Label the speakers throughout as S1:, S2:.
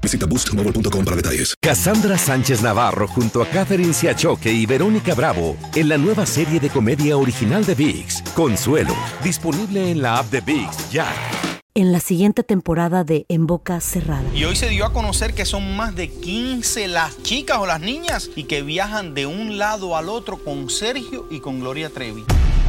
S1: Visita boostmobile.com para detalles.
S2: Cassandra Sánchez Navarro junto a Catherine Siachoque y Verónica Bravo en la nueva serie de comedia original de VIX, Consuelo, disponible en la app de VIX ya.
S3: En la siguiente temporada de En Boca Cerrada.
S4: Y hoy se dio a conocer que son más de 15 las chicas o las niñas y que viajan de un lado al otro con Sergio y con Gloria Trevi.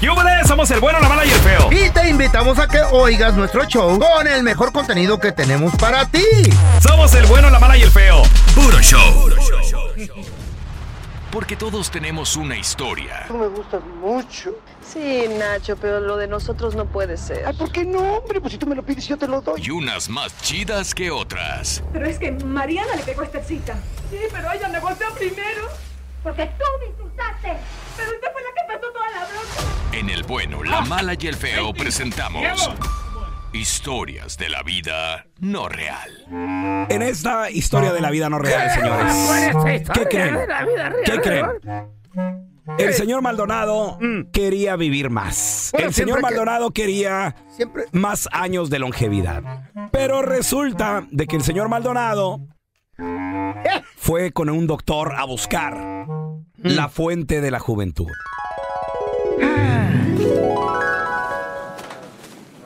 S5: ¡Yúbales! Somos el bueno, la mala y el feo.
S6: Y te invitamos a que oigas nuestro show con el mejor contenido que tenemos para ti.
S5: Somos el bueno, la mala y el feo.
S1: Puro show.
S2: Porque todos tenemos una historia.
S7: Tú me gustas mucho.
S8: Sí, Nacho, pero lo de nosotros no puede ser.
S7: Ay, ¿por qué no, hombre? Pues si tú me lo pides, yo te lo doy.
S2: Y unas más chidas que otras.
S9: Pero es que Mariana le pegó esta cita. Sí, pero ella me golpeó primero. Porque tú me insultaste. Pero usted fue la que pasó toda la bronca.
S2: En el bueno, la mala y el feo presentamos historias de la vida no real.
S5: En esta historia de la vida no real, señores. ¿Qué creen? ¿Qué creen? El señor Maldonado quería vivir más.
S6: Mm. Bueno,
S5: el
S6: siempre
S5: señor
S6: que-
S5: Maldonado quería
S6: Siempre.
S5: más años de longevidad. Pero resulta de que el señor Maldonado fue con un doctor a buscar
S6: Mm.
S5: la fuente de la juventud.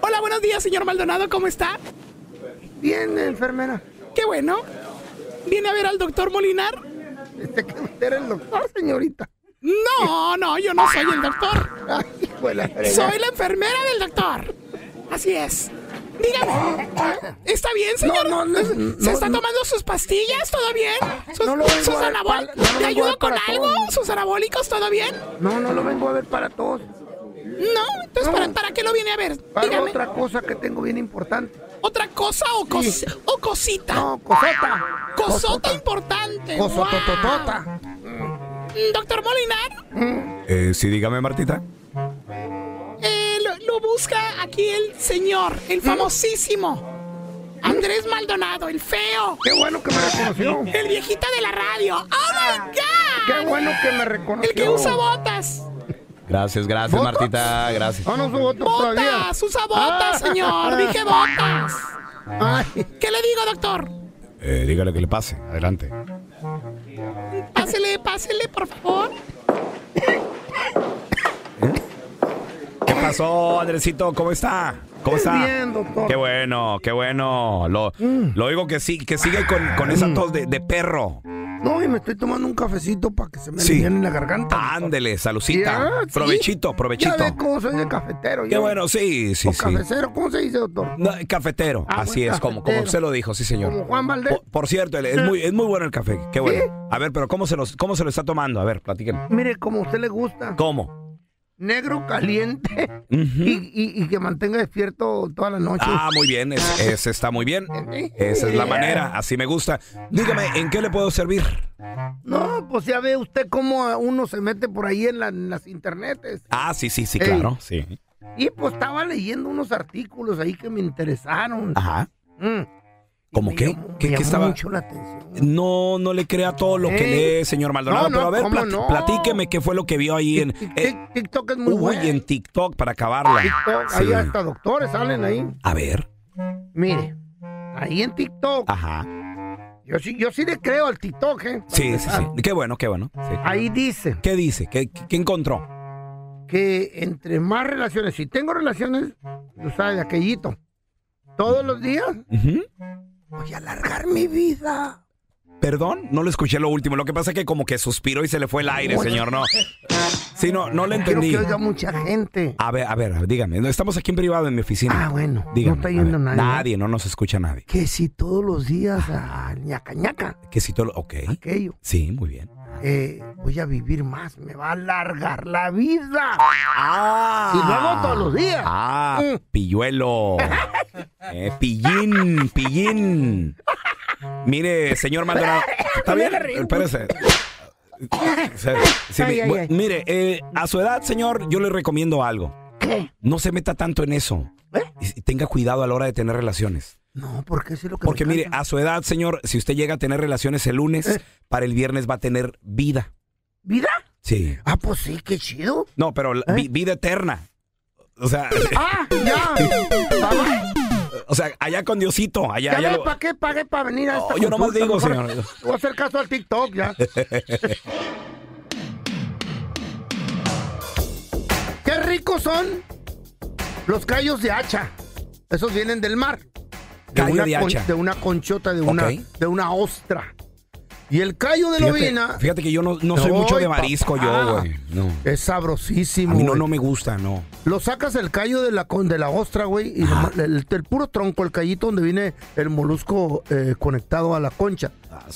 S5: Hola, buenos días, señor Maldonado, ¿cómo está?
S6: Bien, enfermera.
S5: Qué bueno. ¿Viene a ver al doctor Molinar?
S6: Este que usted era el doctor, señorita.
S5: No, no, yo no soy el doctor.
S6: Ay, hijo de la fregada.
S5: Soy la enfermera del doctor. Así es. Dígame, ¿está bien, señor?
S6: No, no, no,
S5: ¿Se
S6: no,
S5: está
S6: no.
S5: tomando sus pastillas? ¿Todo bien? ¿Sus,
S6: No lo vengo
S5: sus
S6: a ver
S5: anabol-
S6: para- no lo
S5: ¿Le
S6: vengo a
S5: ayudo
S6: ver
S5: con
S6: para
S5: algo?
S6: todo.
S5: ¿Sus anabólicos? ¿Todo bien?
S6: No, no lo vengo a ver para todos.
S5: No, entonces,
S6: No.
S5: ¿para, para qué lo viene a ver?
S6: Para
S5: Dígame,
S6: otra cosa que tengo bien importante.
S5: ¿otra cosa o, cos- o cosita?
S6: No, cosota.
S5: Cosota, importante.
S6: Cosotototota.
S5: guau. Mm, Doctor
S6: Mm.
S5: Molinar.
S10: Eh,
S5: sí, dígame, Martita. Eh, lo, lo busca aquí el señor, el famosísimo. Andrés Maldonado, el feo.
S6: Qué bueno que me reconoció. Ah,
S5: El viejita de la radio. ¡Oh, my
S6: Qué
S5: God!
S6: bueno que me reconoció.
S5: El que usa botas. Gracias, gracias,
S6: ¿Botox? Martita,
S5: Gracias.
S6: Oh, No, no uso botox todavía.
S5: Botas, usa botas,
S6: Ah.
S5: señor. Dije botas.
S6: Ay,
S5: ¿Qué le digo, doctor?
S10: Eh, dígale que le pase. Adelante.
S5: Pásele, pásele, por favor.
S10: ¿Qué pasó, Andresito? ¿Cómo está? ¿Cómo está?
S6: bien, doctor. Mm.
S10: Qué bueno, qué bueno. Lo, lo digo que sí, que sigue con, con esa tos de, de perro.
S6: No, y me estoy tomando un cafecito para que se me
S10: Sí.
S6: aliviane la garganta.
S10: Ándele,
S6: Ya,
S10: salucita.
S6: sí.
S10: Provechito,
S6: Ya
S10: provechito.
S6: ves cómo soy de cafetero.
S10: Qué
S6: yo.
S10: bueno, sí, sí,
S6: O
S10: sí.
S6: cafecero, ¿cómo se dice, doctor?
S10: No, cafetero,
S6: Ah,
S10: así
S6: buen
S10: es, como, como
S6: cafetero.
S10: usted lo dijo, sí,
S6: Como
S10: señor.
S6: Juan Valdés. Ah.
S10: Por, por cierto, él- es muy, es muy bueno el café, qué bueno.
S6: ¿Sí?
S10: A ver, pero ¿cómo se, los, ¿cómo se lo está tomando? A ver, platíquenme.
S6: Mire, como a usted le gusta.
S10: ¿Cómo?
S6: Negro caliente
S10: Ujú.
S6: y, y- y que mantenga despierto toda la noche.
S10: Ah, muy bien, es, es- está muy bien. Esa es la manera, así me gusta. Dígame, ¿en qué le puedo servir?
S6: No, pues ya ve usted cómo uno se mete por ahí en, la- en las internetes.
S10: Ah, sí, sí, sí,
S6: Ey.
S10: claro. Sí.
S6: Y pues estaba leyendo unos artículos ahí que me interesaron.
S10: Ajá.
S6: Mm.
S10: ¿Cómo qué? ¿Qué,
S6: Me
S10: qué
S6: llamó
S10: estaba?
S6: mucho la atención.
S10: No, no le crea todo lo que
S6: Ey.
S10: lee, señor Maldonado.
S6: No, no,
S10: pero a ver,
S6: ¿cómo
S10: plati-
S6: no?
S10: platíqueme qué fue lo que vio ahí en.
S6: TikTok es
S10: muy Uy, en TikTok para acabarla.
S6: TikTok, Ahí
S10: Sí.
S6: hasta doctores salen ahí.
S10: A ver.
S6: Mire, ahí en TikTok.
S10: Ajá.
S6: Yo sí, yo sí le creo al TikTok, ¿eh?
S10: Sí, sí, sí. Qué bueno, qué bueno.
S6: Ahí dice.
S10: ¿Qué dice? ¿Qué, qué encontró?
S6: que entre más relaciones, si tengo relaciones, tú sabes, de aquellito, todos los días, voy a alargar mi vida.
S10: Perdón, no le escuché lo último. Lo que pasa es que como que suspiró y se le fue el aire,
S6: Oye.
S10: señor. No. Sí, no, no le
S6: Quiero
S10: entendí.
S6: que oiga mucha gente.
S10: A ver, a ver, dígame. No, Estamos aquí en privado en mi oficina. Ah,
S6: bueno.
S10: Dígame,
S6: está
S10: a
S6: yendo
S10: ver.
S6: nadie. ¿eh?
S10: Nadie, no nos escucha nadie.
S6: Que si todos los días a ñaca ñaca,
S10: Que si todo. lo- Ok.
S6: aquello,
S10: Sí, muy bien.
S6: eh, voy a vivir más, me va a alargar la vida.
S10: Ah.
S6: Y lo hago todos los días.
S10: Ah,
S6: Mm.
S10: pilluelo. Eh, pillín, pillín. Mire, señor Maldonado. ¿Está bien? Espérese. Se- se-
S6: Ay, ay,
S10: bu-
S6: ay.
S10: Mire, eh, a su edad, señor, yo le recomiendo algo.
S6: ¿Qué? ¿Eh?
S10: No se meta tanto en eso. Y Tenga cuidado a la hora de tener relaciones.
S6: No, porque eso es lo que
S10: Porque
S6: me
S10: mire,
S6: encanta.
S10: a su edad, señor, si usted llega a tener relaciones el lunes, para el viernes va a tener vida.
S6: Eh. ¿Vida?
S10: Sí.
S6: Ah, pues sí, qué chido. Eh.
S10: No, pero la- vi- vida eterna. O sea,
S6: ¡Ah, ya! Bye, bye.
S10: o sea, allá con Diosito, allá,
S6: Ya,
S10: allá
S6: ves,
S10: lo- Oh,
S6: ¿para qué pagué para venir a esta
S10: yo nomás
S6: consulta?
S10: digo,
S6: Mejor
S10: señor.
S6: Voy a hacer caso al TikTok ya. Qué ricos son los callos de hacha. Esos vienen del mar. De
S10: Callo
S6: una
S10: de hacha.
S6: de una conchota, de una,
S10: Ok.
S6: de una ostra. Y el callo de
S10: Fíjate,
S6: lobina
S10: fíjate que yo no, no soy mucho
S6: Ay,
S10: de marisco
S6: papá. Ah.
S10: yo, güey. No.
S6: es sabrosísimo.
S10: A mí no,
S6: güey.
S10: no me gusta, no.
S6: Lo sacas el callo de la, con- de la ostra, güey, y nomás- el, el puro tronco, el callito donde viene el molusco eh, conectado a la concha.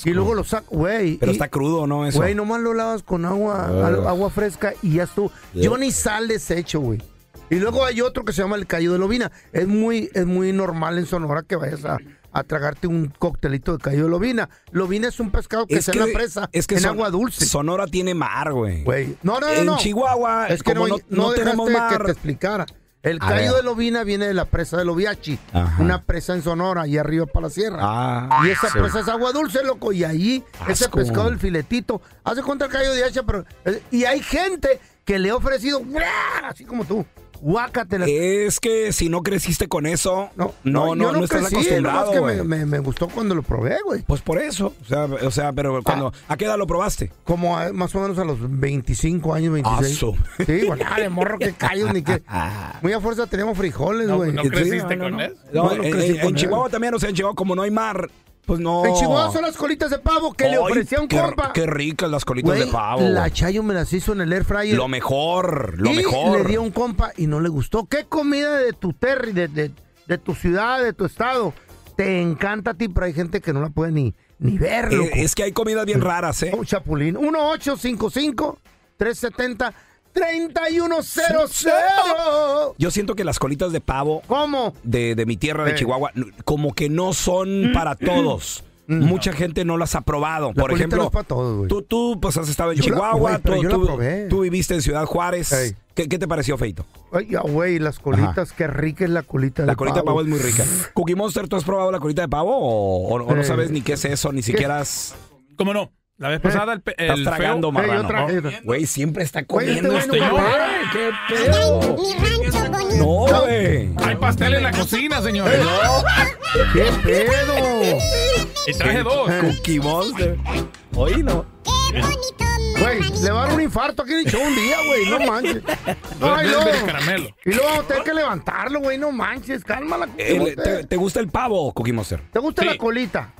S6: Y luego lo sacas, güey.
S10: Pero
S6: y-
S10: está crudo, ¿no? Eso.
S6: Güey, nomás lo lavas con agua,
S10: Ah.
S6: al- agua fresca y ya estuvo. Yo ni sal desecho, güey. Y luego hay otro que se llama el callo de lobina. Es muy, es muy normal en Sonora que vayas a, a tragarte un coctelito de callo de lobina. Lobina es un pescado que
S10: Es
S6: se en la presa,
S10: es que
S6: en
S10: Son-
S6: agua dulce.
S10: Sonora tiene mar, güey.
S6: No, no, no.
S10: En
S6: no.
S10: Chihuahua,
S6: es que
S10: como
S6: no,
S10: no, no
S6: no
S10: tenemos
S6: dejaste que
S10: mar.
S6: te explicara. El
S10: A
S6: callo
S10: ver.
S6: de lobina viene de la presa de Lobiachi,
S10: Ajá.
S6: una presa en Sonora y arriba para la sierra.
S10: Ah,
S6: y esa
S10: sí.
S6: presa es agua dulce, loco, y allí ese
S10: Asco.
S6: pescado el filetito hace contra el callo de hacha, pero eh, y hay gente que le ha ofrecido ¡guau! así como tú. Guácatela.
S10: Es que si no creciste con eso, no, no, no,
S6: yo
S10: estás
S6: crecí, nomás
S10: acostumbrado,
S6: que
S10: güey.
S6: me, me- me gustó cuando lo probé, güey. Ah.
S10: Pues por eso. O sea, o sea, pero cuando. ¿A qué edad lo probaste?
S6: Como a- más o menos a los 25 años, 26.
S10: Aso.
S6: Sí, güey, ah, de morro que callos ni que. Muy a fuerza teníamos frijoles, güey.
S10: Sí, no, no. No,
S6: No, no
S10: en,
S6: crecí
S10: en- en
S6: con él.
S10: Chihuahua también, o sea, en Chihuahua, como no hay mar, pues no.
S6: En Chihuahua son las colitas de pavo que le
S10: Ay,
S6: ofrecía un
S10: qué,
S6: compa.
S10: Qué ricas las colitas
S6: Güey,
S10: de pavo.
S6: La
S10: güey.
S6: Chayo me las hizo en el air fryer.
S10: Lo mejor, lo
S6: y
S10: mejor.
S6: Le di a un compa y no le gustó. ¿Qué comida de tu terry, de, de- de tu ciudad, de tu estado, te encanta a ti? Pero hay gente que no la puede ni, ni ver,
S10: Eh,
S6: loco.
S10: es que hay comidas bien raras, ¿eh?
S6: Un chapulín. 1855 370 3100
S10: Yo siento que las colitas de pavo
S6: ¿Cómo? Mm.
S10: de, de mi tierra, de
S6: Eh.
S10: Chihuahua, n- como que no son para todos. Mucha gente no las ha probado.
S6: Mm. La
S10: Por
S6: colita no
S10: ejemplo,
S6: es pa' todos, güey.
S10: tú, tú pues has estado en
S6: Yo la-
S10: Chihuahua,
S6: güey, pero
S10: tú,
S6: yo la
S10: tú-
S6: probé.
S10: tú viviste en Ciudad Juárez.
S6: Ey.
S10: ¿Qué, qué te pareció, Feito?
S6: Ay, ya, güey, las colitas, qué rica es la colita
S10: La
S6: de
S10: colita de pavo es muy rica. Cookie Monster, ¿tú has probado la colita de pavo o, o- o no
S6: Eh.
S10: sabes ni qué es eso, ni siquiera has...
S11: ¿Cómo no? La vez pasada el, pe-
S10: Estás
S11: el
S10: tragando,
S11: feo-
S10: marrano. Güey, siempre está
S11: Güey, este
S10: comiendo
S11: güey
S10: este
S11: nunca
S10: hombre.
S11: para.
S10: ¡Qué pedo! No, güey.
S11: Hay pastel en la cocina, señores.
S6: ¡Qué pedo!
S11: Y traje dos.
S10: Cookie Monster. Oí, no.
S6: Güey, le va a dar un infarto aquí en el show un día, güey. No manches. Ay,
S11: Duerme el
S6: no.
S11: caramelo.
S6: Y luego vamos a tener que levantarlo, güey. No manches. Cálmala.
S10: El-
S6: ¿Te,
S10: Eh, te, te gusta el pavo, Cookie Monster?
S6: te gusta
S11: Sí.
S6: la colita?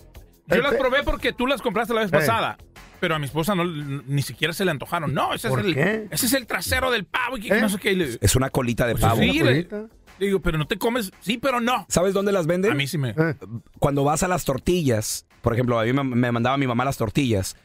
S11: Yo
S6: El
S11: las
S6: pe-
S11: probé porque tú las compraste la vez
S6: Eh.
S11: pasada. Pero a mi esposa no, ni siquiera se le antojaron. No, ese, es
S10: ¿Por
S11: el,
S10: qué?
S11: ese es el trasero del pavo. Y que,
S10: ¿Eh?
S11: no sé qué. Y le- pues,
S10: Es una colita de pavo.
S11: sí, le, le digo, pero no te comes. Sí, pero no.
S10: ¿Sabes dónde las venden?
S11: A mí sí me.
S10: ¿Eh? Cuando vas a las tortillas, por ejemplo, a mí me, me mandaba mi mamá las tortillas.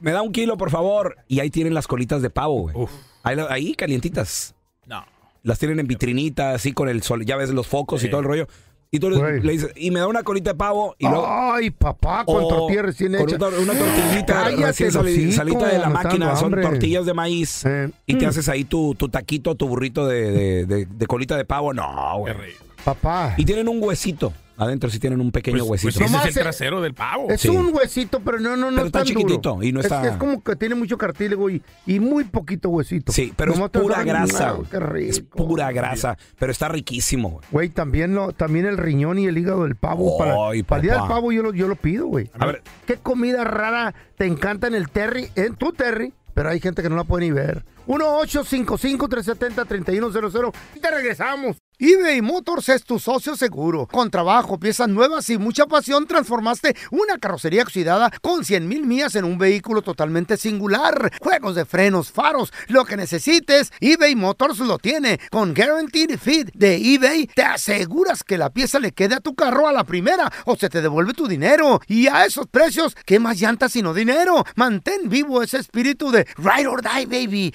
S10: Me da un kilo, por favor. Y ahí tienen las colitas de pavo, güey. Ahí, la- ahí calientitas.
S11: No.
S10: Las tienen en vitrinita, así con el sol. Ya ves los focos y todo el rollo. Y tú le,
S6: Güey.
S10: le dices, y me da una colita de pavo. Y luego,
S6: Ay, papá, con
S10: O
S6: tortilla recién
S10: con
S6: hecha.
S10: una
S6: ¡Ah!
S10: tor- una tortillita
S6: Cállate,
S10: recién
S6: el
S10: sali-
S6: hocico,
S10: salita de la
S6: me está
S10: máquina.
S6: dando
S10: Son
S6: hambre.
S10: tortillas de maíz.
S6: Mm.
S10: Y te haces ahí tu, tu taquito, tu burrito de, de- de- de colita de pavo. No, güey.
S6: Papá.
S10: Y tienen un huesito. Adentro sí tienen un pequeño
S11: Pues- pues
S10: huesito.
S11: ese es el trasero del pavo.
S6: Es
S10: Sí.
S6: un huesito, pero no, no, no
S10: Pero
S6: es
S10: está
S6: tan duro.
S10: chiquitito y no
S6: Es-
S10: está-
S6: Es, como que tiene mucho cartílago y, y muy poquito huesito.
S10: Sí, pero
S6: Nomás te
S10: es
S6: vas
S10: pura
S6: a-
S10: grasa.
S6: Wow,
S10: güey.
S6: qué rico.
S10: Es pura grasa, pero está riquísimo. güey.
S6: Güey, también, lo, también el riñón y el hígado del pavo. para,
S10: Ay,
S6: para el día del
S10: papá.
S6: pavo yo lo, yo lo pido, güey.
S10: A ver.
S6: ¿Qué comida rara te encanta en el Terry? En tu Terry. Pero hay gente que no la puede ni ver. 1-855-370-3100. Y te regresamos. eBay Motors es tu socio seguro. Con trabajo, piezas nuevas y mucha pasión, transformaste una carrocería oxidada con 100 mil millas en un vehículo totalmente singular. Juegos de frenos, faros, lo que necesites, eBay Motors lo tiene. Con Guaranteed Fit de eBay, te aseguras que la pieza le quede a tu carro a la primera o se te devuelve tu dinero. Y a esos precios, ¿qué más llantas sino dinero? Mantén vivo ese espíritu de Ride or Die, baby,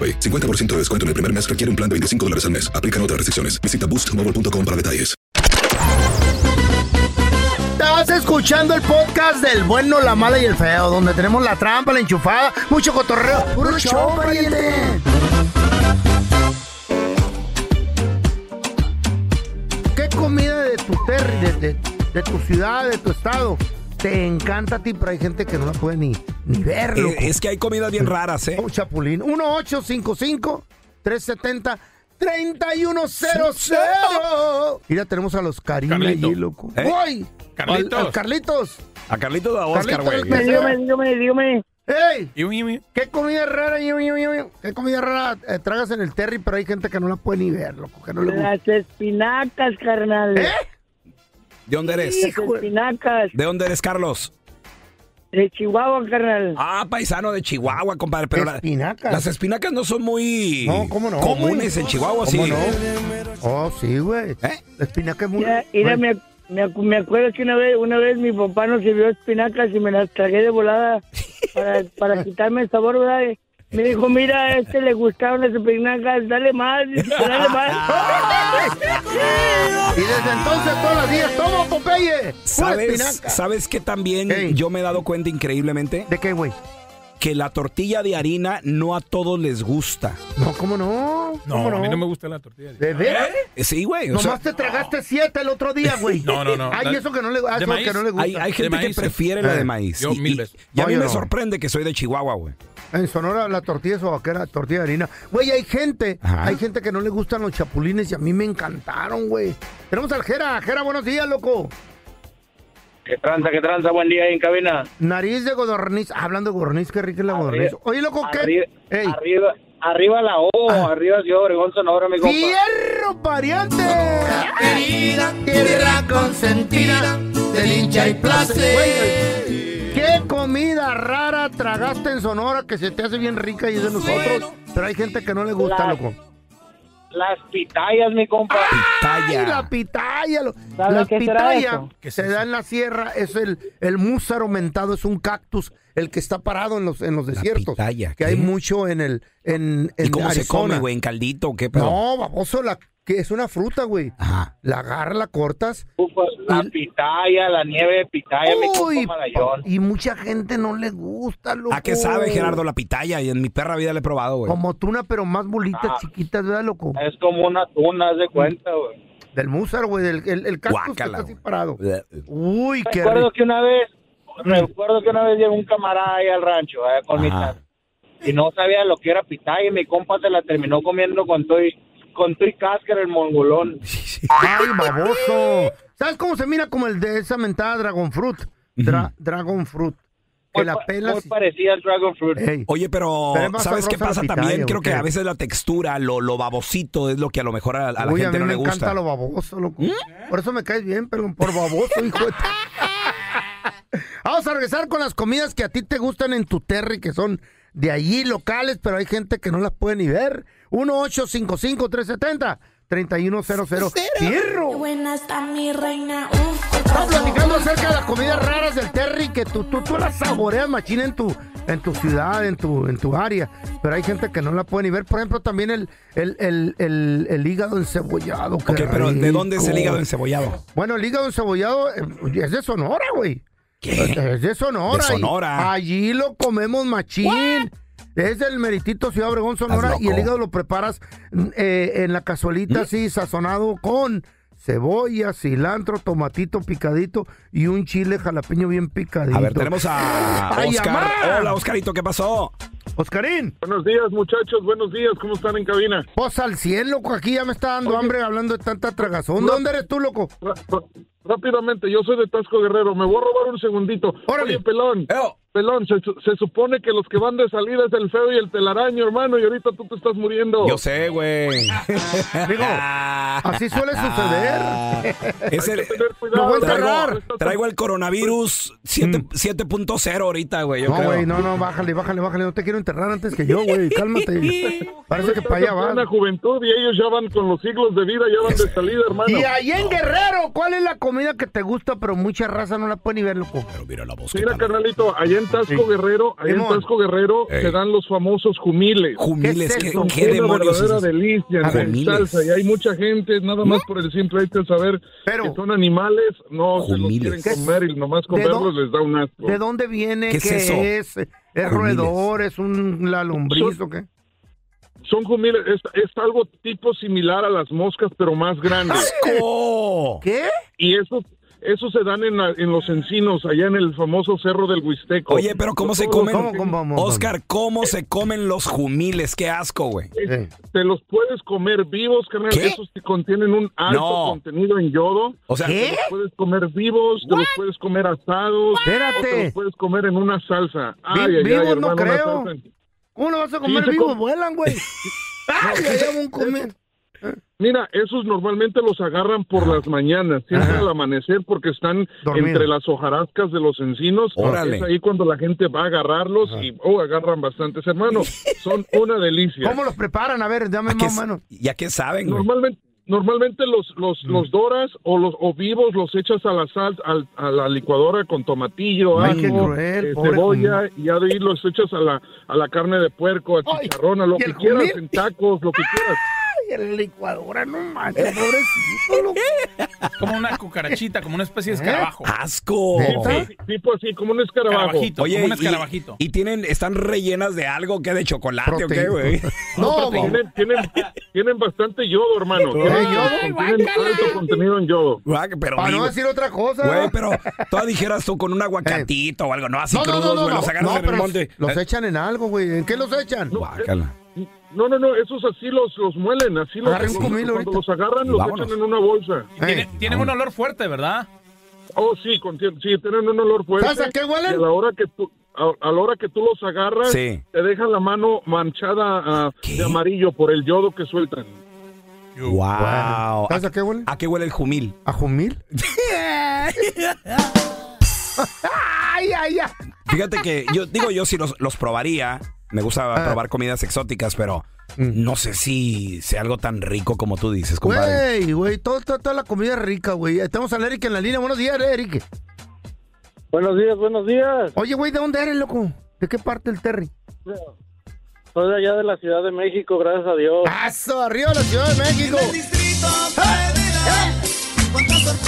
S1: 50% de descuento en el primer mes requiere un plan de 25 dólares al mes. Aplican otras restricciones. Visita boostmobile.com para detalles.
S6: Estás escuchando el podcast del bueno, la mala y el feo, donde tenemos la trampa, la enchufada, mucho cotorreo. ¡Puro show, pariente! ¿Qué comida de tu terri, de, de- de tu ciudad, de tu estado, te encanta a ti, pero hay gente que no la puede ni, ni ver,
S10: Eh,
S6: loco?
S10: Es, que hay comidas bien raras, ¿eh?
S6: Un Oh, chapulín. 1-855-370-3100. Mira, tenemos a los Karina
S10: Carlito.
S6: allí, loco.
S10: ¿Eh?
S6: ¡Voy!
S10: Carlitos.
S6: Al- al Carlitos.
S10: A Carlitos a Oscar,
S6: Carlitos,
S10: güey.
S6: me
S10: Ese-
S6: dio- dígame, dígame. ¡Ey! ¿Qué comida rara, yumi, yumi, yumi? ¿Qué comida rara eh, tragas en el Terry, pero hay gente que no la puede ni ver, loco, que no le gusta?
S12: Las espinacas, carnal.
S6: ¿Eh?
S10: ¿De dónde eres?
S12: Las espinacas
S10: ¿De dónde eres, Carlos?
S12: de Chihuahua, carnal.
S10: Ah, paisano de Chihuahua, compadre. Pero la- las espinacas no son muy
S6: No, ¿cómo no,
S10: comunes
S6: güey?
S10: en Chihuahua, sí.
S6: ¿Cómo no? Oh, sí, güey.
S10: ¿Eh?
S6: La espinaca es muy...
S12: Mira, mira, me, ac- me ac- me acuerdo que una vez, una vez mi papá nos sirvió espinacas y me las tragué de volada para, para quitarme el sabor, ¿verdad? Y Me dijo, mira, a este le gustaron las espinacas, dale más, dale más.
S6: y desde entonces todos los días, ¡toma, Popeye! ¡Pura
S10: ¿Sabes,
S6: espinaca!
S10: ¿Sabes que también yo me he dado cuenta increíblemente?
S6: ¿De qué, güey?
S10: Que la tortilla de harina no a todos les gusta.
S6: No, ¿cómo no?
S11: No,
S6: ¿Cómo
S11: a mí no me gusta la tortilla.
S6: ¿De veras?
S10: Eh, Sí, güey. o
S6: Nomás
S10: sea-
S6: te tragaste siete el otro día, güey.
S10: No, no, no.
S6: Hay
S10: La-
S6: eso que no le, ah,
S10: de
S6: eso
S10: maíz.
S6: que no le gusta.
S10: Hay, hay gente que prefiere la
S6: Eh.
S10: de maíz.
S6: Yo
S10: y,
S6: mil
S10: y-
S6: veces.
S10: y a
S6: No,
S10: mí
S6: yo
S10: me
S6: no.
S10: sorprende que soy de Chihuahua, güey.
S6: En Sonora la tortilla es sobaquera, tortilla de harina. Güey, hay gente, hay gente que no le gustan los chapulines y a mí me encantaron, güey. Tenemos al Jera, Jera, buenos días, loco.
S13: ¿Qué tranza, qué tranza? Buen día ahí en cabina.
S6: Nariz de godorniz, Ah, hablando de godorniz, qué rica es la godorniz. Oye, loco, ¿qué? Ah.
S13: Arriba, arriba, arriba la O, arriba Ciudad Obregón, Sonora, mi compa.
S6: ¡Fierro, pariente! Querida, tierra consentida, de hincha y placer. ¿Qué comida rara tragaste en Sonora que se te hace bien rica y es de nosotros? Pero hay gente que no le gusta,
S13: La-
S6: loco.
S13: Las pitayas, mi compa.
S6: ¡Ay, la pitaya! lo-
S13: ¿Sabe
S6: La
S13: qué será
S6: pitaya
S13: eso?
S6: que se da en la sierra es el, el músaro mentado, es un cactus, el que está parado en los, en los desiertos. que hay mucho en el en,
S10: ¿Y
S6: en
S10: cómo se come,
S6: Arizona.
S10: güey? ¿En caldito o qué pedo?
S6: No, baboso, la, que es una fruta, güey. La agarras, la cortas.
S13: La pitaya, la nieve de pitaya, mi
S6: Uy,
S13: compa Malayón.
S6: y mucha gente no le gusta, loco.
S10: ¿A qué sabe, Gerardo, la pitaya? Y en mi perra vida la he probado, güey.
S6: Como tuna, pero más bolitas chiquitas, ¿verdad, loco? Mm.
S13: Ah. Es como una tuna, haz de cuenta, güey.
S6: Del músaro, güey, del el, el cactus
S13: Guácala,
S6: que está así parado. Uy, qué rico.
S13: Recuerdo
S6: Mm.
S13: que una vez, recuerdo que una vez llegó un camarada ahí al rancho, eh, con mi
S10: Ajá.
S13: tata. Y no sabía lo que era pitaya y mi compa se la terminó comiendo con todo y con tu y cáscara el mongolón.
S6: ¡Ay, baboso! ¿Sabes cómo se mira como el de esa mentada Dragon Fruit? Dra- Dragon Fruit. Que la pelas.
S13: Muy parecía al Dragon Fruit.
S10: Oye, pero
S6: Pero es más
S10: ¿sabes qué
S6: sabrosa
S10: pasa
S6: la
S10: también?
S6: pitaya,
S10: Creo que
S6: ¿o qué?
S10: a veces la textura, lo, lo babosito es lo que a lo mejor a, a la
S6: Uy,
S10: gente
S6: a mí
S10: no
S6: me
S10: le gusta.
S6: encanta lo baboso, loco.
S13: ¿Mm?
S6: Por eso me caes bien, pero por baboso, hijo de... Vamos a regresar con las comidas que a ti te gustan en tu terry, que son de allí locales, pero hay gente que no las puede ni ver. 1-855-370-3100. ¡Fierro!
S9: Qué buena está mi reina.
S6: Estamos platicando acerca de las comidas raras del Terry que tú, tú, tú las saboreas machina en tu, en tu ciudad, en tu, en tu área. Pero hay gente que no la puede ni ver. Por ejemplo, también el, el, el, el, el hígado encebollado. qué
S10: Ok, pero ¿de dónde es el
S6: rico.
S10: hígado encebollado?
S6: Bueno, el hígado encebollado eh, es de Sonora, güey. Es de Sonora.
S10: De Sonora.
S6: y allí lo comemos machín. Es del meritito Ciudad Obregón, Sonora. Y el hígado lo preparas mm, eh, en la cazuelita
S10: ¿Mm?
S6: así, sazonado con cebolla, cilantro, tomatito picadito y un chile jalapeño bien picadito.
S10: A ver, tenemos a
S6: ¡Ay,
S10: Oscar.
S6: amá!
S10: Hola, Oscarito, ¿qué pasó?
S6: Oscarín.
S14: Buenos días, muchachos. Buenos días. ¿Cómo están en cabina?
S6: Pues al cielo, loco. Aquí ya me está dando hambre hablando de tanta tragazón. ¿De dónde eres tú, loco?
S14: Rápidamente, yo soy de Tasco Guerrero. Me voy a robar un segundito. Oye, pelón. Pelón, se, su- se supone que los que van de salida es el feo y el telaraño, hermano. Y ahorita tú te estás muriendo.
S10: Yo sé, güey. Digo,
S6: así suele suceder.
S10: Es el-
S6: cuidado. Lo voy a
S10: traigo,
S6: enterrar. Mm.
S10: traigo el coronavirus siete- 7.0 ahorita, güey. yo
S6: No,
S10: creo.
S6: güey, no, no, bájale, bájale, bájale. No te quiero enterrar antes que yo, güey. Cálmate. Parece que
S14: Estás
S6: para allá
S14: en
S6: va.
S14: plena juventud y ellos ya van con los siglos de vida, ya van de salida, hermano.
S6: Y ahí en Guerrero, ¿cuál es la comida que te gusta, pero mucha raza no la puede ni ver, loco?
S10: mira la voz.
S14: Mira, carnalito, allá en Tasco Guerrero, allá en
S6: Simón.
S14: Tasco Guerrero
S6: Ey.
S14: se dan los famosos jumiles.
S10: Jumiles, ¿qué-
S14: Son
S10: qué
S14: una
S10: demonios
S14: verdadera
S10: es eso?
S14: delicia,
S10: Ah,
S14: ¿no? En
S10: jumiles.
S14: salsa, y hay mucha gente, nada más por el simple hecho de saber que son animales, no se los
S10: Jumiles.
S14: quieren comer y nomás
S6: ¿De dó-
S14: comerlos les da un asco.
S6: ¿De dónde viene?
S14: ¿Qué
S6: ¿Qué,
S14: es eso?
S6: es? ¿Es
S14: Jumiles.
S6: roedor? ¿Es un la lombriz o qué?
S14: Son jumiles, es, es algo tipo similar a las moscas, pero más grande.
S6: ¿Qué?
S14: Y eso... Eso se dan en, la- en los encinos, allá en el famoso cerro del Huisteco.
S6: Oh,
S10: Oye, pero ¿cómo se
S14: Todos los
S10: comen?
S14: encinos-
S10: Oscar, ¿cómo se comen los jumiles? Qué asco, güey.
S6: Eh.
S14: Te los puedes comer vivos, carnal.
S10: ¿Qué?
S14: Esos que contienen un alto
S10: No.
S14: contenido en yodo.
S10: O sea,
S14: te
S10: ¿Qué?
S14: los puedes comer vivos, te los puedes comer asados. O te
S6: Espérate.
S14: los puedes comer en una salsa. Ay, ay, ay,
S6: vivos
S14: hermano,
S6: no
S14: una
S6: creo.
S14: salsa en-
S6: ¿Cómo lo vas a
S14: Sí,
S6: comer
S14: se
S6: vivo?
S14: come.
S6: Vuelan, güey. Ay, ay, ay, un comer.
S14: Mira, esos normalmente los agarran por las mañanas, siempre al amanecer, porque están
S6: Dormido.
S14: entre las hojarascas de los encinos.
S6: Órale.
S14: Es ahí cuando la gente va a agarrarlos y oh, agarran bastantes. Hermano, son una delicia.
S6: ¿Cómo los preparan? A ver, dame más o menos.
S10: ¿Ya qué saben, güey?
S14: Normalmente, normalmente los, los,
S6: Mm.
S14: los doras o los o vivos los echas a la sal, al- a la licuadora con tomatillo,
S6: Ay, qué
S14: ajo,
S6: cruel,
S14: eh,
S6: pobre
S14: cebolla, y ya de ahí los echas a la, a la carne de puerco, a chicharrón, a lo
S6: ¿y
S14: que
S6: el
S14: quieras,
S6: jumil?
S14: en tacos, lo que quieras.
S6: Ay, en la licuadora, Ah, no manches, pobrecito, loco.
S11: Como una cucarachita, como una especie de
S10: ¿Eh?
S6: ¿Eh?
S11: escarabajo.
S10: ¡Asco!
S14: Tipo, tipo así, pues como un escarabajo.
S11: Escarabajito,
S10: Oye,
S11: como un
S10: y-
S11: escarabajito.
S10: Y, tienen, están rellenas de algo que de chocolate o qué, güey.
S14: tienen, tienen, tienen bastante yodo, hermano. Tienen, tienen alto contenido en yodo.
S10: Guac, pero
S14: Para no
S10: vivo.
S14: decir otra cosa.
S10: Güey, pero todas dijeras tú con un aguacatito o algo, no así
S6: Eh. No, no,
S10: crudos,
S6: no,
S10: güey,
S6: no, no.
S10: los sacan
S6: No,
S10: en el
S6: pero
S10: monte.
S6: Los echan en algo, güey. ¿En qué los echan?
S14: No, no, no, esos así los, los muelen, así los,
S6: Agarren
S14: los-
S6: comilo
S14: cuando
S6: ahorita.
S14: los agarran, los
S11: Vámonos.
S14: echan en una bolsa.
S11: Tiene- tienen un olor fuerte, ¿verdad?
S14: Oh, sí, contien- sí, tienen un olor fuerte.
S11: ¿Sabes a qué huelen?
S14: Y a la hora que tú, a, a la hora que tú los agarras,
S10: Sí.
S14: te dejan la mano manchada ah, de amarillo por el yodo que sueltan.
S10: Wow.
S6: ¿Sabes a qué huele?
S10: ¿A qué huele el jumil?
S6: ¿A jumil? ay, ay, ay.
S10: Fíjate que yo digo yo si los, los probaría. Me gusta
S6: Ah.
S10: probar comidas exóticas, pero no sé si sea algo tan rico como tú dices, compadre.
S6: Mm. Güey, güey, todo- todo- toda la comida es rica, güey. Estamos al Eric en la línea. Buenos días, Eric.
S13: Buenos días, buenos días.
S6: Oye, güey, ¿de dónde eres, loco? ¿De qué parte del Terry?
S13: Soy de allá de la Ciudad de México, gracias a Dios.
S6: ¡Paso! ¡Arriba la Ciudad Ah, de México!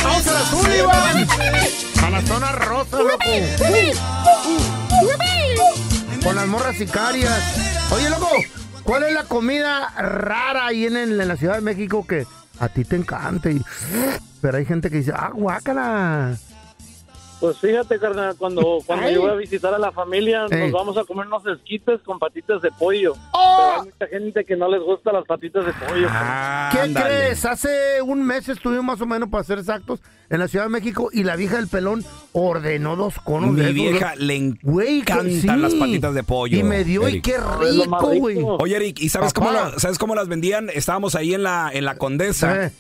S6: ¡Vamos a la Sullivan! ¡A la zona rosa, loco! Con las morras sicarias. Oye, loco, ¿cuál es la comida rara ahí en, en la Ciudad de México que a ti te encanta? y- pero hay gente que dice, ¡ah, guácala!
S13: Pues fíjate, carnal, cuando, cuando
S9: Ay.
S13: yo voy a visitar a la familia,
S9: Ey.
S13: nos vamos a comer unos esquites con patitas de pollo.
S6: ¡Oh!
S13: Pero hay mucha gente que no les gusta las patitas de pollo.
S6: ¿Qué
S13: ándale.
S6: crees? Hace un mes estuvimos más o menos, para ser exactos, en la Ciudad de México y la vieja del pelón ordenó dos conos
S10: Mi
S6: de esos,
S10: vieja
S6: güey.
S10: le
S6: Güey, que
S10: encantan
S6: sí.
S10: las patitas de pollo.
S6: Y me dio, y
S10: Eric.
S6: qué rico, güey.
S10: Oye, Eric, ¿y sabes cómo,
S6: Papá.
S10: la- sabes cómo las vendían? Estábamos ahí en la, en la Condesa eh,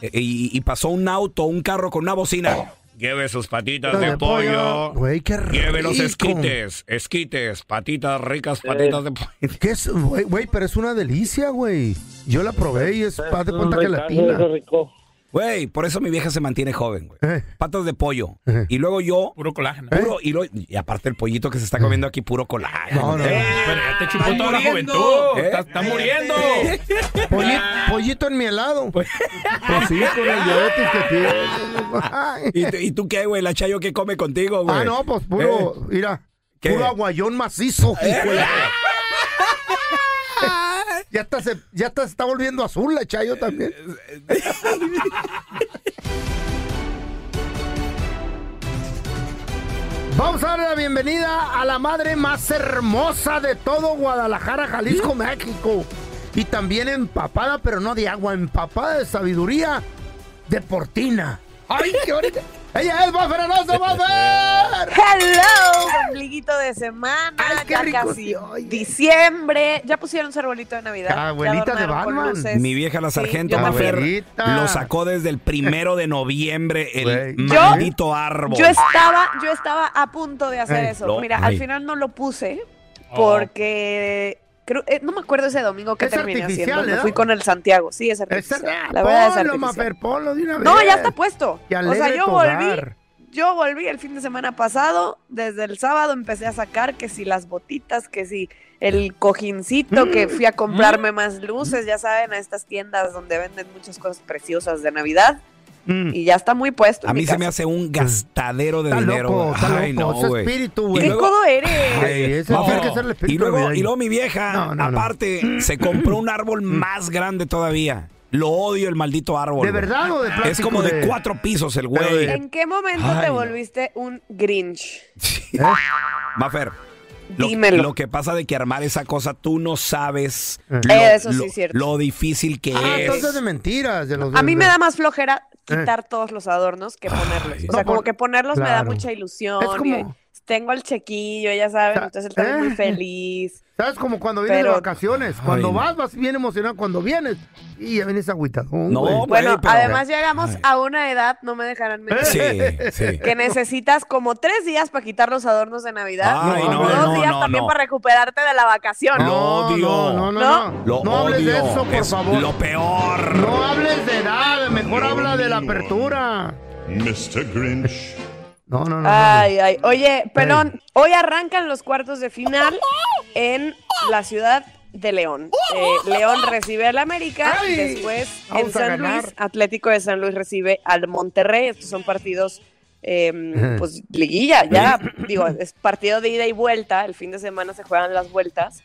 S10: y, y pasó un auto, un carro con una bocina.
S15: Lleve sus patitas
S10: De
S15: de,
S10: pollo.
S15: pollo.
S6: pues, Güey, qué
S15: Lleve los
S6: rico.
S15: esquites, esquites, patitas ricas, patitas de pollo.
S6: ¿Qué es, güey? Güey, pero es una delicia, güey. Yo la probé y es, haz de cuenta que latina.
S10: Güey, por eso mi vieja se mantiene joven, güey.
S6: Eh.
S10: Patas de pollo. Y luego yo. Puro colágeno. y, lo- y aparte el pollito que se está comiendo aquí, puro colágeno. Eh,
S6: No, no.
S10: te
S11: Ah, chupó toda la juventud. ¿Eh? Estás- estás muriendo.
S6: Polli- pollito en mi helado. Pues
S10: sí, con el diabetes que ¿Y,
S6: tiene.
S10: tú- y tú qué, güey? ¿La Chayo que come contigo, güey?
S6: Ah, no, pues puro,
S10: Eh,
S6: mira,
S10: ¿Qué? Eh.
S6: puro aguayón macizo. hijo de- ya está, se, ya está, se está volviendo azul la chayo también. Vamos a darle la bienvenida a la madre más hermosa de todo Guadalajara, Jalisco, México. Y también empapada, pero no de agua, empapada de sabiduría deportina. ¡Ay, qué bonita! ¡Ella es Buffer Alonso, Buffer!
S16: Hello, ombliguito de semana, ya casi diciembre. Ya pusieron su arbolito de Navidad. ya
S10: Abuelita de
S16: adornaron con
S10: Batman.
S16: luces.
S10: Mi vieja la
S16: Sí,
S10: sargento
S16: yo,
S10: Mafer,
S16: Abuelita.
S10: lo sacó desde el primero de noviembre el
S16: Yo-
S10: maldito árbol.
S16: yo estaba, yo estaba a punto de hacer
S10: Ey,
S16: eso.
S10: lo-
S16: Mira,
S10: ey.
S16: al final no lo puse
S10: Oh.
S16: porque creo- eh, no me acuerdo ese domingo que
S6: Es
S16: terminé haciendo.
S6: artificial,
S16: Me
S6: ¿eh?
S16: fui con el Santiago. Sí, es artificial. La verdad es
S6: ponlo,
S16: artificial.
S6: Mafer, ponlo de una vez.
S16: No, ya está puesto.
S6: Que
S16: o sea,
S6: alegre
S16: yo
S6: tu
S16: volví,
S6: hogar.
S16: yo volví el fin de semana pasado, desde el sábado empecé a sacar que si las botitas, que si el cojincito, que fui a
S6: Mm.
S16: comprarme más luces, ya saben, a estas tiendas donde venden muchas cosas preciosas de Navidad.
S6: Mm.
S16: Y ya está muy puesto.
S10: A
S16: en mi
S10: mí se me
S16: casa.
S10: hace un gastadero de
S6: Está
S10: dinero.
S6: loco,
S10: güey.
S6: está
S10: Ay,
S6: loco,
S10: no,
S6: ese
S10: güey.
S6: espíritu,
S10: Y
S6: güey.
S16: ¡Qué
S10: luego-
S16: codo eres!
S6: Ay, ese
S10: No.
S6: tiene que ser el
S10: y
S6: espíritu
S10: luego,
S6: navideño.
S10: y luego mi vieja,
S6: No, no, no.
S10: aparte, se compró un árbol más grande todavía. Lo odio el maldito árbol.
S6: ¿De
S10: güey.
S6: verdad o de
S10: Es
S6: plástico
S10: como de,
S6: de-
S10: cuatro pisos el güey.
S16: ¿En qué momento
S10: Ay,
S16: te
S10: no.
S16: volviste un Grinch?
S10: ¿Eh? Mafer, lo,
S16: Dímelo.
S10: lo que pasa de que armar esa cosa, tú no sabes
S16: Eso sí
S10: lo-
S16: es cierto.
S10: lo difícil que
S6: Eh. Ah,
S10: es.
S6: entonces de mentiras. De los,
S16: A mí me
S6: de-
S16: da más flojera quitar todos los adornos que ponerlos. o sea,
S6: Eh. No,
S16: como
S6: por-
S16: que ponerlos me da
S6: claro.
S16: mucha ilusión.
S6: Es como-
S16: y Tengo el chequillo, ya saben, entonces él también
S6: ¿eh?
S16: muy feliz.
S6: ¿Sabes? Como cuando vienes
S16: Pero-
S6: de vacaciones. Cuando
S10: no.
S6: vas, vas bien emocionado. Cuando vienes, y ya vienes agüitado.
S10: No, güey,
S16: Bueno,
S10: pero-
S16: además llegamos a una edad, no me dejarán mentir,
S10: Sí, sí.
S16: que necesitas como tres días para quitar los adornos de Navidad,
S10: Ay, no,
S16: como dos
S10: no,
S16: días
S10: no,
S16: también
S10: no.
S16: para recuperarte de la vacación.
S10: Lo odio.
S6: no, no, no.
S10: Lo
S6: No hables de
S10: odio.
S6: eso, por
S10: Es
S6: favor.
S10: Lo peor.
S6: No hables de edad. Mejor habla de la apertura.
S17: Mr. Grinch.
S6: No, no, no.
S16: Ay, ay. Oye, Pelón, hoy arrancan los cuartos de final en la ciudad de León. Eh, León recibe al América,
S9: Ay,
S16: después
S9: vamos
S16: en
S9: a
S16: San
S9: ganar.
S16: Luis, Atlético de San Luis recibe al Monterrey. Estos son partidos, eh, pues, liguilla, ya. Digo, es partido de ida y vuelta. El fin de semana se juegan las vueltas.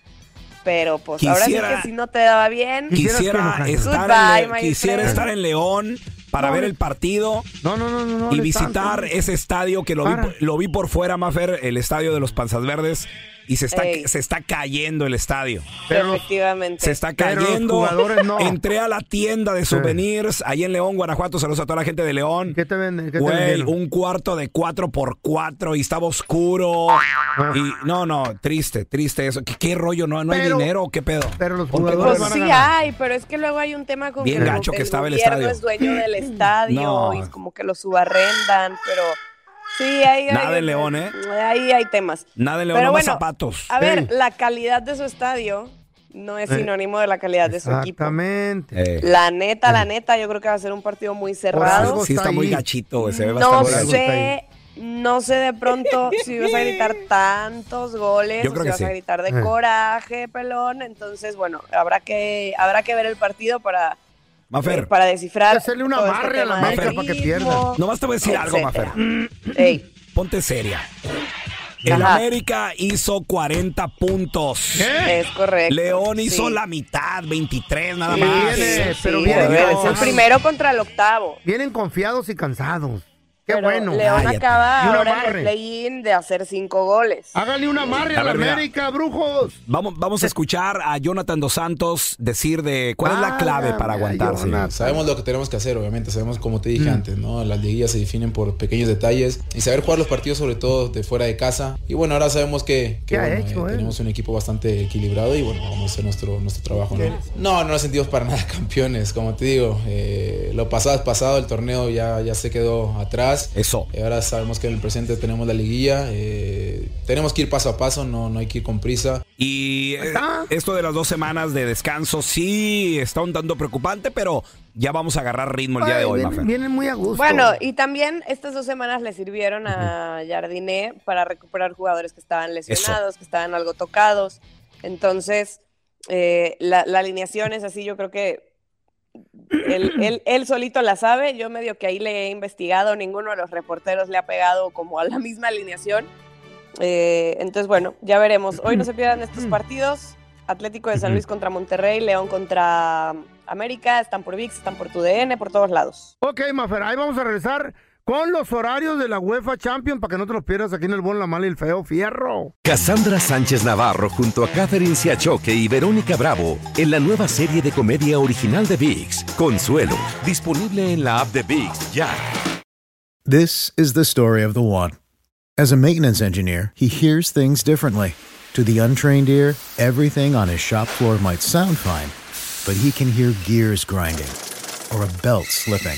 S16: Pero, pues, ahora sí
S10: Quisiera-
S16: que si no te daba bien. pues,
S10: Quisiera, estar, en,
S16: Goodbye,
S10: Le-
S16: my
S10: quisiera
S16: friend.
S10: estar en León para
S16: No,
S10: ver
S16: no.
S10: el partido
S6: no, no, no, no,
S10: y
S6: le
S10: visitar
S6: tanto.
S10: ese estadio que lo vi, por- lo vi por fuera, Mafer, el estadio de los Panzas Verdes, y se está,
S16: Ey.
S10: se está cayendo el estadio.
S16: Efectivamente.
S10: Se está
S6: Pero los
S10: cayendo.
S6: jugadores no.
S10: Entré a la tienda de souvenirs ahí en León, Guanajuato. Saludos a toda la gente de León.
S6: ¿Qué te venden? ¿Qué te
S10: Güey,
S6: vendieron?
S10: un cuarto de 4x4 y estaba oscuro.
S6: Ah.
S10: Y no, no, triste, triste eso. ¿Qué, qué rollo? ¿No, no hay
S16: Pero-
S10: dinero? o ¿Qué pedo?
S6: Pero los
S16: Pues sí hay, pero es que luego hay un tema con
S10: Bien
S16: que
S10: gacho que estaba el
S16: gobierno
S10: estadio.
S16: es dueño del estadio
S10: No.
S16: y como que lo subarrendan, pero sí, ahí hay,
S10: Nada en León, ¿eh?
S16: ahí hay temas.
S10: Nada en León,
S16: Pero
S10: nomás
S16: bueno,
S10: zapatos.
S16: A ver,
S10: Ey.
S16: la calidad de su estadio no es
S10: Eh.
S16: sinónimo de la calidad de su equipo.
S6: Exactamente.
S16: La neta, la neta, yo creo que va a ser un partido muy cerrado.
S10: Sí, está muy gachito, güey. Se ve
S16: No
S10: bastante gacho.
S16: sé, no sé de pronto si vas a gritar tantos goles,
S10: Yo
S16: o
S10: creo
S16: si
S10: que
S16: vas a
S10: sí.
S16: gritar de
S10: Eh.
S16: coraje, pelón. Entonces, bueno, habrá que, habrá que ver el partido para,
S10: Mafer.
S16: eh, para descifrar. este Hacerle
S6: una barre a la América para que pierda.
S10: Nomás te voy a decir algo,
S6: Etcétera.
S10: Mafer. Ponte seria. El
S16: Ajá.
S10: América hizo 40 puntos.
S16: Es correcto.
S10: León hizo
S16: sí.
S10: la mitad, 23 nada
S6: Sí,
S10: más.
S6: viene,
S10: Sí,
S6: pero
S10: sí,
S6: viene
S10: joder,
S6: con-
S10: es el
S6: Ah.
S10: primer-
S16: Primero contra el octavo.
S6: Vienen confiados y cansados. Qué bueno.
S16: Le van a
S6: Cállate.
S16: acabar
S6: Y un
S16: ahora en
S6: amarre.
S16: el play-in de hacer cinco goles.
S6: Hágale un amarre a,
S10: A
S6: la
S10: ver, mira.
S6: América, brujos.
S10: Vamos, vamos a escuchar a Jonathan Dos Santos decir de cuál es
S6: Ah,
S10: la Ah, clave para aguantarse.
S18: Sabemos lo que tenemos que hacer, obviamente, sabemos como te dije
S10: Mm.
S18: antes, ¿no? Las liguillas se definen por pequeños detalles y saber jugar los partidos sobre todo de fuera de casa. Y bueno, ahora sabemos que, que,
S6: ¿Qué ha
S18: bueno,
S6: hecho, eh?
S18: tenemos un equipo bastante equilibrado y bueno, vamos a hacer nuestro, nuestro trabajo, ¿no? No, no nos sentimos para nada campeones, como te digo. eh, lo pasado es pasado, el torneo ya, ya se quedó atrás. Eh,
S10: Eso.
S18: ahora sabemos que en el presente tenemos la liguilla. eh, tenemos que ir paso a paso, no, no hay que ir con prisa.
S10: Y eh, esto de las dos semanas de descanso sí está un tanto preocupante, pero ya vamos a agarrar ritmo el día de hoy, Mafer.
S6: Vienen muy a gusto.
S16: Bueno, y también estas dos semanas le sirvieron a Jardiné para recuperar jugadores que estaban lesionados, que estaban algo tocados. Entonces, eh, la, la alineación es así, yo creo que él, él- él solito la sabe. Yo medio que ahí le he investigado, ninguno de los reporteros le ha pegado como a la misma alineación. Eh, entonces, bueno, ya veremos. Hoy no se pierdan estos partidos. Atlético de San Luis contra Monterrey, León contra América, están por VIX, están por TUDN, por todos lados.
S6: Ok, Mafer, ahí vamos a regresar con los horarios de la UEFA Champions para que no te los pierdas aquí en el Bon, la Mala y el Feo Fierro.
S2: Cassandra Sánchez Navarro junto a Catherine Siachoque y Verónica Bravo en la nueva serie de comedia original de VIX, Consuelo, disponible en la app de VIX ya.
S19: This is the story of the one. As a maintenance engineer, he hears things differently. To the untrained ear, everything on his shop floor might sound fine, but he can hear gears grinding or a belt slipping.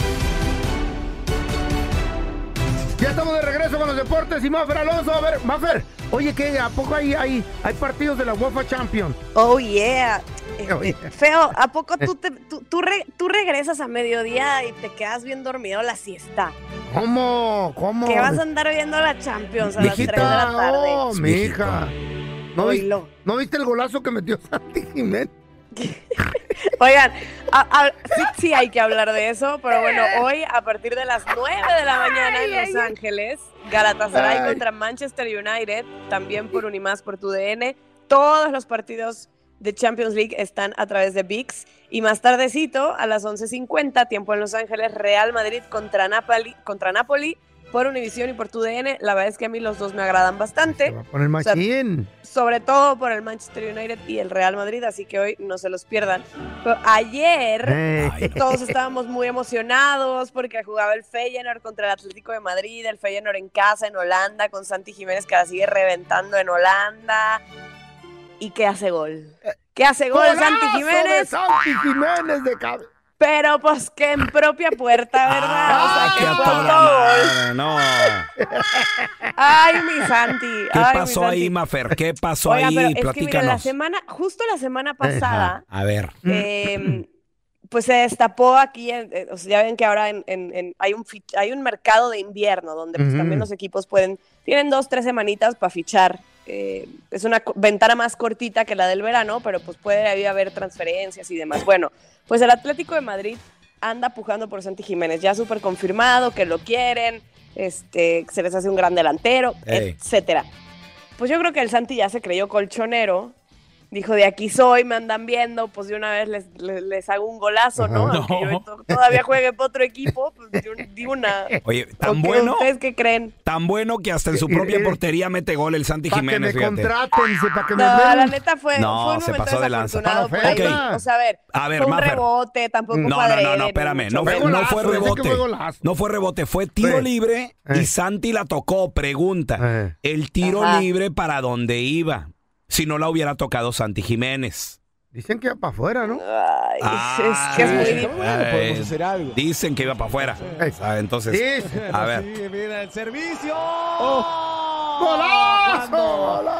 S6: Ya estamos de regreso con los deportes y Mafer Alonso. A ver, Mafer, oye, ¿qué? ¿A poco hay, hay, hay partidos de la UEFA Champions?
S16: Oh, yeah.
S6: Oh, yeah.
S16: Feo, ¿a poco tú, te- tú, tú re- tú regresas a mediodía y te quedas bien dormido la siesta?
S6: ¿Cómo? ¿Cómo?
S16: Que vas a andar viendo la Champions a las 3
S6: Mijita,
S16: de la tarde.
S6: oh, mija. ¿No, vi- ¿No viste el golazo que metió Santi Jiménez?
S16: Oigan, a- a- sí, sí hay que hablar de eso, pero bueno, hoy a partir de las 9 de la mañana en Los Ángeles, Galatasaray
S8: Ay.
S16: contra Manchester United, también por Unimás, por TUDN. Todos los partidos de Champions League están a través de VIX. Y más tardecito, a las 11.50, tiempo en Los Ángeles, Real Madrid contra Napoli, contra Napoli por Univisión y por TUDN. La verdad es que a mí los dos me agradan bastante.
S6: Con el
S16: O sea,
S6: machín.
S16: sobre todo por el Manchester United y el Real Madrid, así que hoy no se los pierdan. Pero ayer
S6: Ay.
S16: todos estábamos muy emocionados porque jugaba el Feyenoord contra el Atlético de Madrid, el Feyenoord en casa, en Holanda, con Santi Jiménez que la sigue reventando en Holanda y que hace gol. Que hace gol
S6: ¡Golazo
S16: Santi
S6: de
S16: Jiménez.
S6: Santi Jiménez de cabeza.
S16: Pero pues que en propia puerta, ¿verdad? o sea, que
S10: ¡Qué a
S16: fue
S10: toda madre, no.
S16: Ay, mi Santi.
S10: ¿Qué
S16: ay, mi
S10: pasó
S16: Santi.
S10: ahí, Mafer? ¿Qué pasó
S16: Oiga,
S10: ahí?
S16: pero es que mira, la
S10: Platícanos.
S16: semana, justo la semana pasada,
S10: Ajá, A ver.
S16: eh, pues se destapó aquí, en- eh, o sea, ya ven que ahora en- en- en- hay, un fi- hay un mercado de invierno donde pues,
S20: Ujú.
S16: también los equipos pueden, tienen dos, tres semanitas para fichar. eh, es una co- ventana más cortita que la del verano, pero pues puede ahí haber transferencias y demás. Bueno, pues el Atlético de Madrid anda pujando por Santi Jiménez, ya súper confirmado que lo quieren, este, se les hace un gran delantero,
S10: Ey.
S16: etcétera. Pues yo creo que el Santi ya se creyó colchonero. Dijo, de aquí soy, me andan viendo, pues de una vez les, les- les hago un golazo, ¿no?
S10: Ajá.
S16: Aunque yo
S10: No.
S16: to- todavía juegue para otro equipo, pues yo digo una...
S10: Oye, tan
S16: ¿O qué-
S10: bueno,
S16: ¿Ustedes qué creen?
S10: tan bueno que hasta en
S6: Eh,
S10: su propia portería mete gol el Santi
S6: Para que me
S10: Jiménez. fíjate.
S6: contraten, para que me
S16: No,
S6: den-
S16: la neta fue,
S10: No,
S16: fue un
S10: se
S16: momento
S10: pasó de lanza.
S16: desafortunado
S10: Para
S16: por ahí.
S10: Fernanda.
S16: O sea, a ver,
S10: A ver,
S16: fue un
S10: Mafer.
S16: rebote, tampoco
S10: No,
S16: fue
S10: no, no,
S16: adrede,
S10: no,
S16: ni
S10: espérame.
S16: mucho
S10: No fue,
S16: menos.
S10: no fue
S6: dice que
S10: rebote.
S6: fue golazo.
S10: No fue rebote, fue tiro
S6: Sí.
S10: libre
S6: eh.
S10: y Santi la tocó. Pregunta: ¿el tiro
S6: Ajá.
S10: libre para dónde iba? Si no la hubiera tocado Santi Jiménez.
S6: Dicen que va para afuera, ¿no?
S10: Ah,
S6: que es muy difícil.
S10: eh,
S6: Podemos hacer algo.
S10: Dicen que iba para afuera. Ah, Entonces,
S6: Dicen.
S10: a ver.
S21: mira el servicio.
S6: ¡Golazo!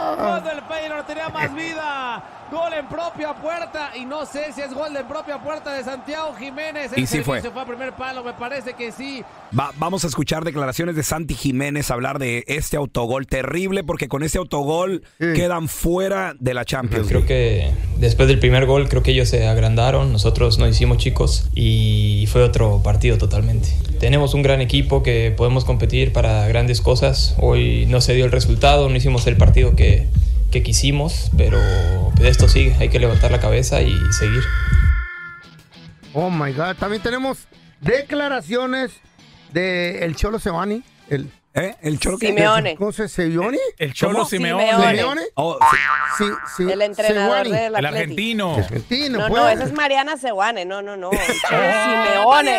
S21: Cuando, cuando el Feyenoord tenía más vida. Gol en propia puerta. Y no sé si es gol en propia puerta de Santiago Jiménez. El
S10: Y sí fue.
S21: servicio fue a primer palo. Me parece que sí.
S10: Va- vamos a escuchar declaraciones de Santi Jiménez hablar de este autogol terrible, porque con este autogol quedan fuera de la Champions.
S22: Creo que
S3: Después del primer gol creo que ellos se agrandaron, nosotros nos hicimos chicos y fue otro partido totalmente. Tenemos un gran equipo que podemos competir para grandes cosas. Hoy no se dio el resultado, no hicimos el partido que, que quisimos, pero esto sigue, hay que levantar la cabeza y seguir.
S6: Oh my God. También tenemos declaraciones de el Cholo Sebani. El,
S10: ¿Eh? ¿El Cholo
S16: qué? Simeone.
S6: ¿Cómo se Simeone?
S11: El Cholo
S6: ¿Cómo?
S11: Simeone.
S6: ¿Simeone?
S10: Oh,
S6: sí. Sí,
S16: El entrenador
S6: Seoane.
S16: del
S11: El
S16: Atlético.
S11: argentino.
S6: Argentino,
S16: No,
S6: pues.
S16: no, esa es Mariana Sewane, no, no, no. Simeone.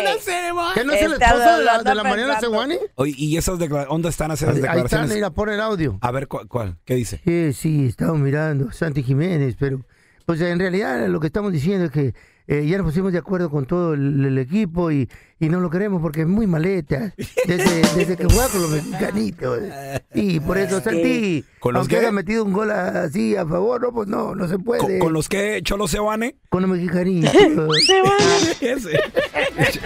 S6: ¿Que no es el
S16: Este
S6: esposo de la,
S16: hablando
S6: de la Mariana
S16: pensando.
S6: Seoane?
S10: Oye, ¿Y esas declaraciones? ¿Dónde están esas
S6: Ahí está,
S10: declaraciones?
S6: mira, pon el audio.
S10: A ver, ¿cu- ¿cuál? ¿Qué dice?
S6: Sí, sí, estamos mirando a Santi Jiménez, pero pues en realidad lo que estamos diciendo es que eh, ya nos pusimos de acuerdo con todo el, el equipo y, y no lo queremos porque es muy maleta desde, desde que juega con los mexicanitos. Y por eso, Santi,
S10: ¿Con los
S6: aunque
S10: qué?
S6: haya metido un gol a- así a favor, no, pues no, no se puede.
S10: ¿Con, con los que Cholo Sebane?
S6: Con los mexicanitos.
S10: Ese.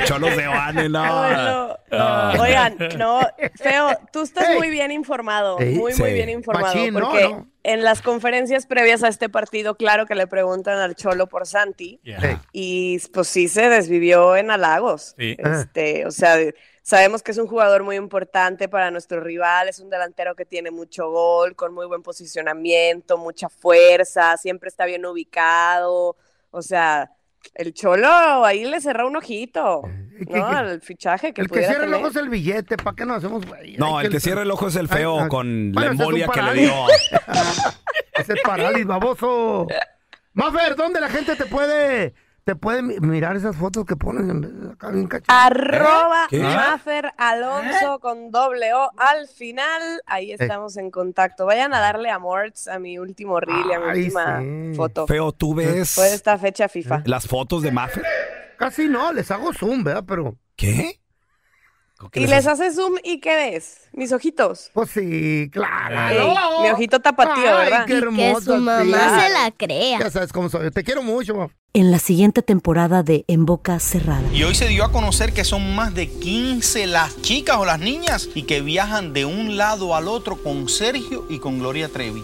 S10: Cholo Sebane, no.
S16: Bueno,
S10: Ah.
S16: Oigan, no, Feo, tú estás
S6: Ey.
S16: muy bien informado,
S10: Ey,
S16: muy,
S10: sí.
S16: muy bien informado,
S6: Machín, ¿no?
S16: porque
S6: ¿No?
S16: en las conferencias previas a este partido, claro que le preguntan al Cholo por Santi,
S6: Yeah.
S16: y pues sí se desvivió en halagos.
S6: Sí.
S16: Este, o sea, sabemos que es un jugador muy importante para nuestro rival, es un delantero que tiene mucho gol, con muy buen posicionamiento, mucha fuerza, siempre está bien ubicado. O sea, el Cholo ahí le cerró un ojito,
S6: que-
S16: ¿no? Al fichaje que
S6: Eh, el que
S16: pudiera
S6: cierra el
S16: tener.
S6: ojo es el billete, ¿para qué nos hacemos güey?
S10: No,
S6: Hay
S10: el que cierra el ojo es el feo
S6: Ay, ay.
S10: con
S6: Bueno,
S10: la
S6: ese es un
S10: embolia que le
S6: parálisis.
S10: dio.
S6: Ese es parálisis, baboso. Mafer, ¿dónde la gente te puede te puede mi- mirar esas fotos que pones en- acá bien cachón?
S16: Arroba
S6: ¿Eh? ¿Qué?
S16: Mafer Alonso con doble O al final. Ahí
S6: Eh.
S16: estamos en contacto. Vayan a darle amor a mi último reel, y a mi
S10: Ay,
S16: última foto.
S10: Feo, tú ves
S16: Fue de esta fecha FIFA.
S10: las fotos de Maffer.
S6: Casi no, les hago zoom, ¿verdad? Pero.
S10: ¿Qué?
S16: Y les hace zoom y ¿qué ves? Mis ojitos.
S6: Pues sí, claro.
S16: Ey, mi ojito tapatío,
S6: Ay,
S16: ¿verdad?
S6: qué
S16: Y que
S6: hermoso.
S16: su mamá
S6: sí.
S16: se la
S4: crea.
S6: Ya sabes cómo soy. yo. Te quiero mucho, Maf.
S4: En la siguiente temporada de En Boca Cerrada.
S23: Y hoy se dio a conocer que son más de 15 las chicas o las niñas y que viajan de un lado al otro con Sergio y con Gloria Trevi.